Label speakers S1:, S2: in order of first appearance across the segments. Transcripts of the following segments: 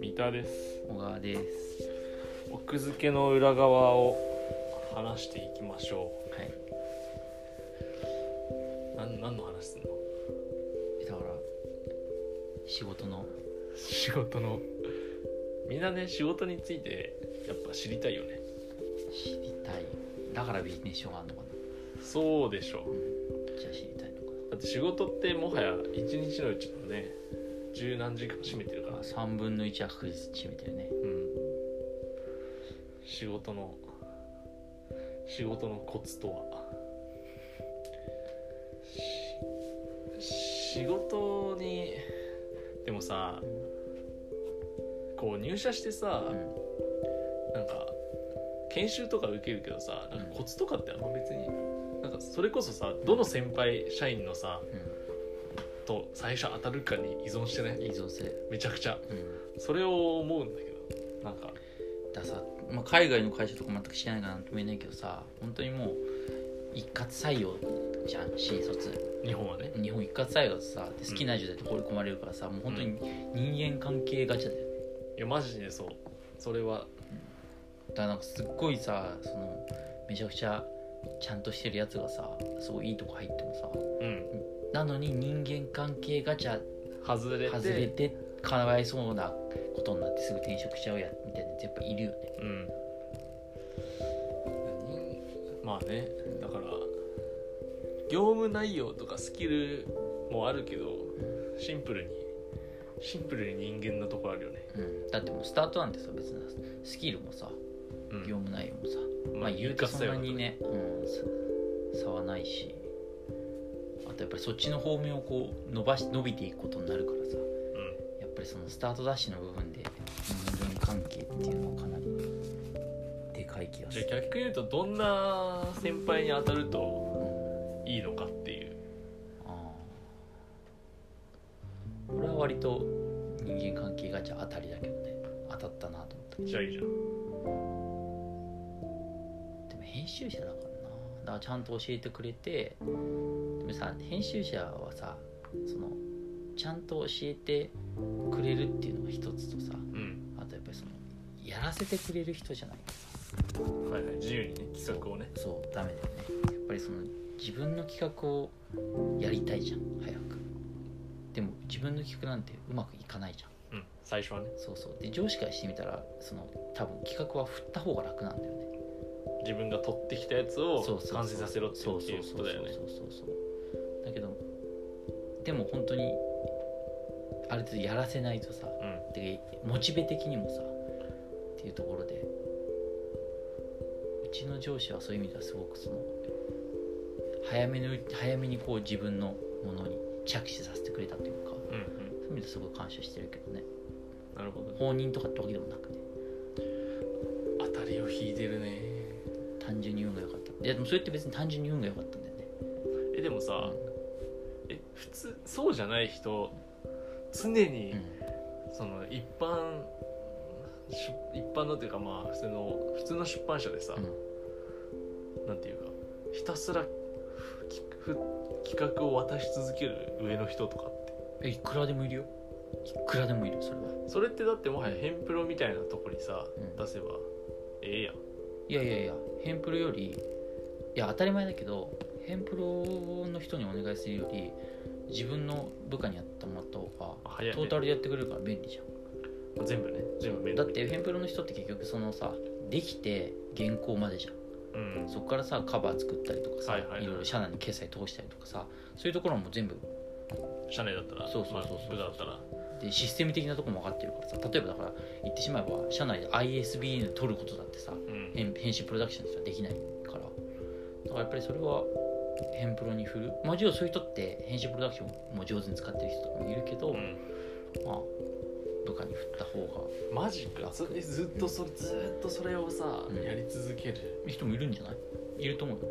S1: 三田です
S2: 小川です。
S1: 奥付けの裏側を話していきましょ
S2: はい。
S1: うなん何の話すんの
S2: だから仕事の
S1: 仕事のみんなね仕事についてやっぱ知りたいよね
S2: 知りたい。だからビジネス書があるのかな。
S1: そうでしょ
S2: うん、じゃあ知りたいのか
S1: だって仕事ってもはや一日のうちのね十何時間占めてるか
S2: な。
S1: ら
S2: まあ三分の一は確実に占めてるね。
S1: うん仕事の仕事のコツとはし仕事にでもさこう入社してさ、
S2: うん。
S1: なんか研修とか受けるけどさなんかコツとかってあんま別になんかそれこそさどの先輩社員のさと最初当たるかに依存してな
S2: うん。
S1: い
S2: 依存する。
S1: めちゃくちゃ
S2: うん。
S1: それを思うんだけどなんか
S2: ださ、まあ海外の会社とか全く知らないからなんとも言えないけどさ、本当にもう一括採用じゃん新卒。
S1: 日本はね
S2: 日本一括採用だとさ、で好きな時代で放り込まれるからさ、もう本当に人間関係ガチャだよね。
S1: いやマジでそうそれは
S2: だからなんかすっごいさそのめちゃくちゃちゃんとしてるやつがさすごいいいとこ入ってもさ
S1: うん
S2: なのに人間関係ガチャ
S1: 外れて
S2: 外れてかわいそうなことになってすぐ転職しちゃうやみたいなやつやっぱいるよね
S1: うんまあねだから業務内容とかスキルもあるけどシンプルにシンプルに人間のとこあるよね、
S2: うんだってもうスタートなんてさ別にスキルもさ
S1: うん
S2: 業務内容もさ、
S1: ま
S2: まあ言うてそんなに
S1: 有
S2: ね、うんさ、差はないしあとやっぱりそっちの方面をこう伸ばし伸びていくことになるから
S1: 価作用
S2: さ
S1: だと
S2: やっぱりそのスタートダッシュの部分で人間関係っていうのはかなりでかい気が
S1: うん
S2: す
S1: じゃ
S2: る
S1: あ逆に言うとどんな先輩に当たると
S2: うん
S1: いいのかっていう
S2: あー俺は割と人間関係がじゃあ当たりだけどね当たったなと思ったけ
S1: じゃあいいじゃん
S2: どでも編集者だからなだからちゃんと教えてくれてでもさ編集者はさそのちゃんと教えてくれるっていうのが一つとさ
S1: うん
S2: あとやっぱりそのやらせてくれる人じゃないとさ
S1: はいはい自由にね企画をね
S2: そうダメだよねやっぱりその自分の企画をやりたいじゃん早くでも自分の企画なんてうまくいかないじゃん
S1: うん最初はね
S2: そうそうで上司からしてみたらその多分企画は振った方が楽なんだよね
S1: 自分が取ってきたやつを
S2: そうそうそう
S1: 完成させろっていう
S2: そ
S1: こ
S2: うそうそうそ
S1: と
S2: う
S1: だ
S2: そ
S1: よね
S2: うそうそうだけどでも本当にある程度やらせないとさ
S1: うん
S2: でモチベ的にもさっていうところでうちの上司はそういう意味ではすごくその早めの早めにこう自分のものに着手させてくれたというか
S1: うん
S2: そういう意味ですごい感謝してるけどね
S1: うんなるほど
S2: 放任とかってわけでもなくね
S1: 当たりを引いてるね
S2: 単純に運が良かったいやでもそれって別に単純に運が良かったんだよね
S1: えでもさえ普通そうじゃない人常に、その一般出一般のっていうかまあ普通の普通の出版社でさ、
S2: うんうん
S1: なんていうかひたすらふきふ企画を渡し続ける上の人とかって
S2: えいくらでもいるよいくらでもいるそれは
S1: それってだってもはやヘンプロみたいなとこにさ、
S2: うん
S1: 出せばええやん
S2: いやいやいやヘンプロよりいや当たり前だけどヘンプロの人にお願いするより自分の部下にやってもらった方
S1: あ
S2: が
S1: 早いね
S2: トータルでやってくれるから便利じゃん
S1: 全部ね全部面
S2: だ
S1: 倒
S2: っ
S1: に
S2: てヘンプロの人って結局そのさできて原稿までじゃん
S1: うん
S2: そこからさカバー作ったりとかさ、
S1: はい
S2: い
S1: はいはい
S2: ろいろ社内に決済通したりとかさそういうところも全部
S1: 社内だったら
S2: そうそうそうそう
S1: まあ部下だったら
S2: でシステム的なとこも分かってるからさ例えばだから言ってしまえば社内で ISBN 取ることだってさ
S1: うん
S2: 編編集プロダクションの人はできないからだからやっぱりそれは編プロに振るまあもちろんそういう人って編集プロダクションも上手に使ってる人とかもいるけど、
S1: うん
S2: まあ部下に振った方が
S1: マジかそれずっとそれずっとそれをさ、
S2: うん
S1: やり続ける
S2: いい人もいるんじゃないいると思うよ、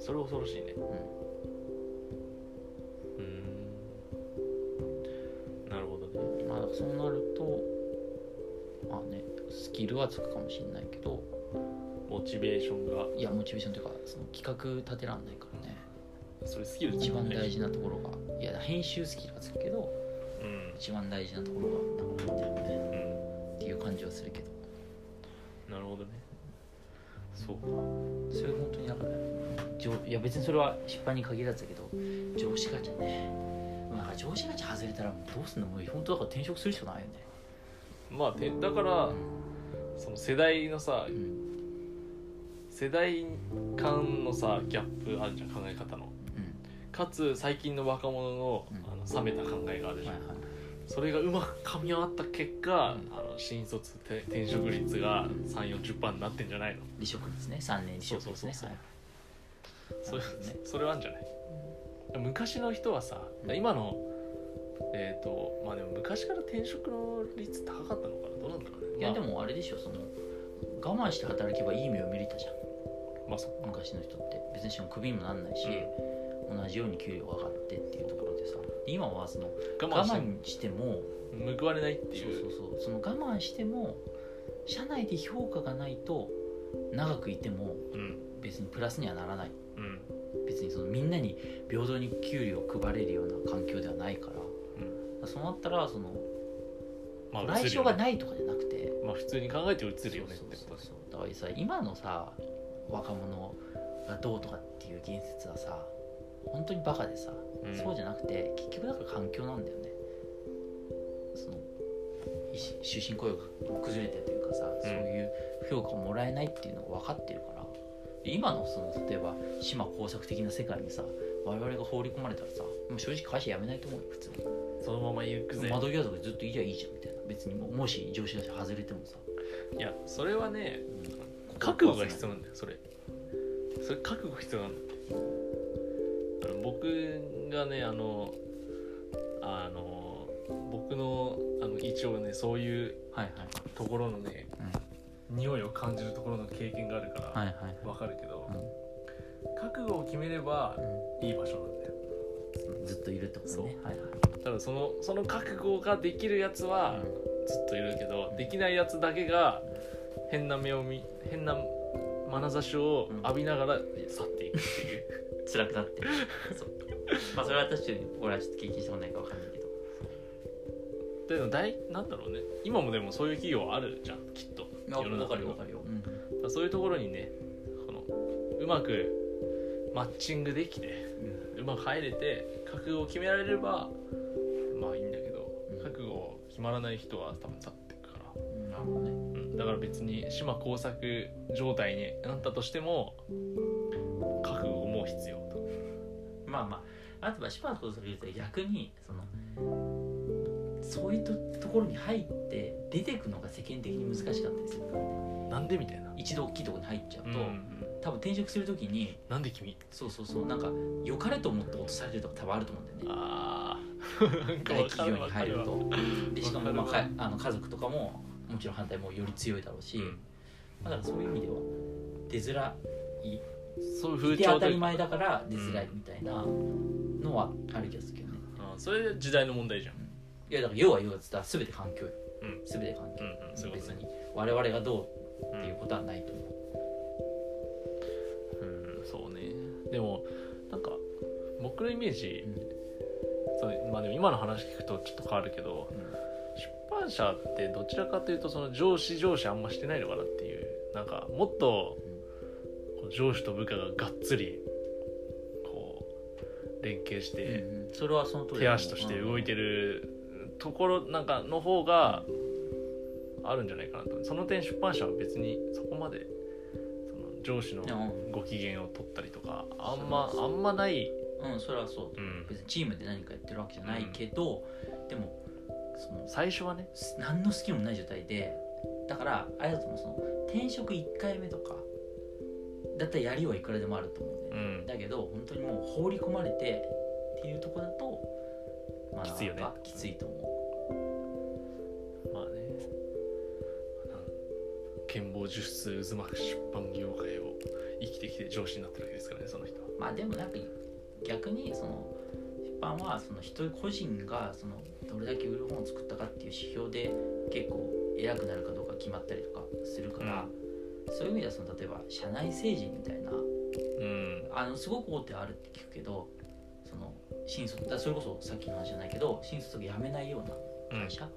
S1: それ恐ろしいね
S2: う
S1: うんなるほどね
S2: ん、まあだからそうなるとまあねスキルはつくかもしれないけど
S1: モチベーションが
S2: いやモチベーションというかその企画立てらんないからね
S1: それスキル
S2: 一番大
S1: 事、
S2: 事なところがいや編集スキルはつくけど
S1: うん
S2: 一番大事なところがなんかこうだよね
S1: うん、
S2: っていう感じはするけど
S1: なるほどねそうか
S2: それ本当になんか上いや別にそれは失敗に限らずだけど上司ガチャねなんか上司ガチャ外れたらもうどうすんのもう本当だから転職するしかないよね
S1: まあてだからその世代のさ
S2: うん
S1: 世代間のさギャップあるじゃん考え方の
S2: う
S1: かつ最近の若者の,、
S2: うん
S1: あの冷めた考えがある
S2: ん
S1: じゃ
S2: は
S1: ん、
S2: いはい
S1: それがうまく噛み合った結果、
S2: うん
S1: あの新卒て転職率が3 4 0になってんじゃないの
S2: 離職ですね3年離職ですね
S1: そうそうそうそう
S2: はい
S1: それ
S2: なる
S1: それはある
S2: ほどね
S1: んじゃない昔の人はさ
S2: うん
S1: 今のえっ、とまあでも昔から転職の率高かったのかなどうなんだろうね
S2: いや
S1: ま
S2: で
S1: あ、
S2: もあれでしょその我慢して働けばいい目を見れたじゃん
S1: まあそっか
S2: 昔の人って別にしかもクビにもなんないし、同じように給料が上がってっていうところでさで今はその
S1: 我
S2: 我
S1: 慢して
S2: 慢しても
S1: 報われないって
S2: そ
S1: いう
S2: うそうそうその我慢しても社内で評価がないと長くいても
S1: うん
S2: 別にプラスにはならない
S1: うん
S2: 別にそのみんなに平等に給料を配れるような環境ではないから、そうなったらその
S1: まあ
S2: 来
S1: 移る
S2: 賞
S1: よね
S2: がないとかじゃなくて
S1: まあ普通に考えて映るよねって
S2: そう
S1: こ
S2: そ
S1: と
S2: う
S1: で
S2: そうそうだからさ今のさ若者がどうとかっていう言説はさ本当にバカでさ、
S1: うん
S2: そうじゃなくて結局だから環境なんだよねそのいし終身雇用が崩れてるというかさ、そういう評価をもらえないっていうのが分かってるからで今のその例えば島工作的な世界にさ我々が放り込まれたらさもう正直会社辞めないと思うよ普通に
S1: そのまま行くぜ
S2: 窓際とかずっといりゃいいじゃんみたいな別にももし上司だし外れてもさ、
S1: いやそれはね
S2: うん
S1: 覚悟が必要なんだよそれそれ覚悟必要なんだってあの僕がねあのあの僕のあの一応ねそういう
S2: はいはい
S1: ところのね、匂いを感じるところの経験があるから
S2: はいはい
S1: わかるけど、
S2: う
S1: 覚悟を決めればいい場所なんだよ
S2: んずっといるってことねはいはい
S1: ただそのその覚悟ができるやつはずっといるけど、
S2: うん
S1: できないやつだけが変な目を見変な眼差しを浴びながら去っていくっていう
S2: 辛くな ってるそうまあそれは確かに俺はちょっと経験したことないから分かんないけど
S1: でも大なんだろうね今もでもそういう企業あるじゃんきっと世の
S2: 分
S1: 中
S2: かる
S1: に
S2: よ
S1: は
S2: 分かるよ、
S1: だからそういうところにねこのうまくマッチングできてうまく入れて覚悟を決められればまあいいんだけど
S2: うん
S1: 覚悟を決まらない人は多分去っていくから、
S2: なるほどね
S1: うん、だから別に島工作状態になったとしても覚悟も必要と
S2: まあまああとは島田とすると逆にそのそういうとところに入って出てくのが世間的に難しかったりするからね
S1: なんでみたいな、
S2: 一度大きいところに入っちゃうと、
S1: うん
S2: 多分転職するときに
S1: なんで君
S2: そうそうそうなんか良かれと思って落とされるとか多分あると思うんだよね
S1: あー なんか
S2: 大
S1: わか
S2: 企
S1: る
S2: 業
S1: わ
S2: に
S1: か
S2: 入
S1: る
S2: る
S1: わ
S2: とでしかも、まあ、
S1: わか
S2: か
S1: る
S2: あの家族とかももちろん反対もより強いだろうし、
S1: うん
S2: だからそういう意味では出づらい
S1: そういう風
S2: 出て
S1: 潮と
S2: 当た
S1: い
S2: り
S1: うか
S2: 前だから出づらいみたいなのはある気がするけどね
S1: あーそれ時代の問題じゃん
S2: いやだから要は要はつったら全て環境よ、
S1: うん
S2: 全て環境、
S1: うんうんそういうこと
S2: 別
S1: ね
S2: に我々がどうっていう
S1: う
S2: ことはないと思う、
S1: ん、うん、そうねでもなんか僕のイメージそうまあでも今の話聞くとちょっと変わるけど出版社ってどちらかというとその上司上司あんましてないのかなっていうなんかもっとこう上司と部下ががっつりこう連携して
S2: うんそれはその通り
S1: 手足として動いてるところなんかの方があるんじゃないかなとその点出版社は別にそこまでその上司の
S2: うん
S1: ご機嫌を取ったりとかあん
S2: そう
S1: ま
S2: そうそ
S1: あ
S2: うん
S1: まない、
S2: うん、それはそ
S1: う
S2: う
S1: ん、
S2: 別にチームで何かやってるわけじゃないけど、でもその
S1: 最初はね
S2: 何のスキルもない状態でだからあれだと思うその転職1回目とかだったらやりはいくらでもあると思うん
S1: う
S2: で、
S1: ん
S2: だけど本当にもう放り込まれてっていうとこだとまあ
S1: きついよね
S2: なんかきついと思う
S1: まあねなん剣謀術数渦巻く出版業界を生きてきて上司になってるわけですからねその人は
S2: まあでもなんか逆にその出版はその一人個人がそのどれだけ売る本を作ったかっていう指標で結構偉くなるかどうか決まったりとかするから、そういう意味ではその例えば社内政治みたいな
S1: うん
S2: あのすごく大手あるって聞くけどその新卒だそれこそさっきの話じゃないけど新卒が辞めないよう
S1: う
S2: なん会社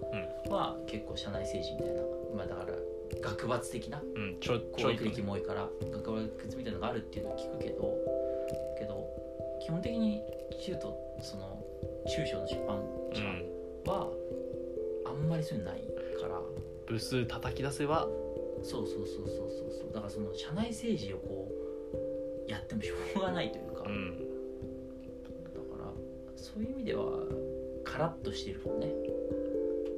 S2: は結構社内政治みたいな、まあ、だから学罰的な
S1: うんちょち
S2: 教
S1: ょい
S2: 育歴も多いから学罰みたいなのがあるっていうのを聞くけどけど基本的に中途その中小の出版
S1: う
S2: 社
S1: ん
S2: はあんまりそういうのないから、
S1: 部数叩き出せば
S2: そうそうそうそうそうそうだからその社内政治をこうやってもしょうがないというか、
S1: うん
S2: だからそういう意味ではカラッとしてるもんね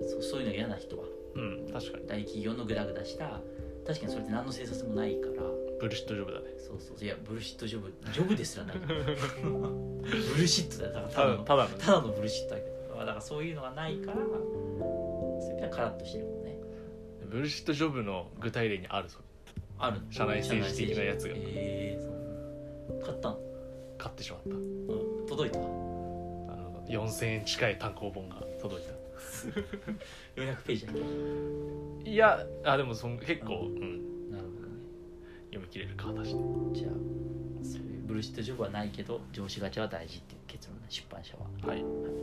S2: そうそういうの嫌な人は
S1: うん確かに
S2: 大企業のグダグダした確かにそれって何の政策もないから
S1: ブルシットジョブだね
S2: そうそういやブルシットジョブジョブですらないブルシットだよだ
S1: た
S2: からただ
S1: だ
S2: の
S1: ただの
S2: ただのブルシットだけどまあだからそういうのがないからそういう意味ではカラッとしてるもんね
S1: ブルシットジョブの具体例にあるぞ
S2: ある
S1: 社内政治的なやつが
S2: へえそう買ったの、
S1: 買ってしまった
S2: うん、届いた
S1: あの4000円近い単行本が届いた
S2: 400ページだっけ
S1: いやあでもそん結構、うん、
S2: なるほどね
S1: 読み切れるか果たして
S2: じゃあそういうブルシットジョブはないけど上司ガチャは大事っていう結論ね出版社は
S1: はい
S2: はい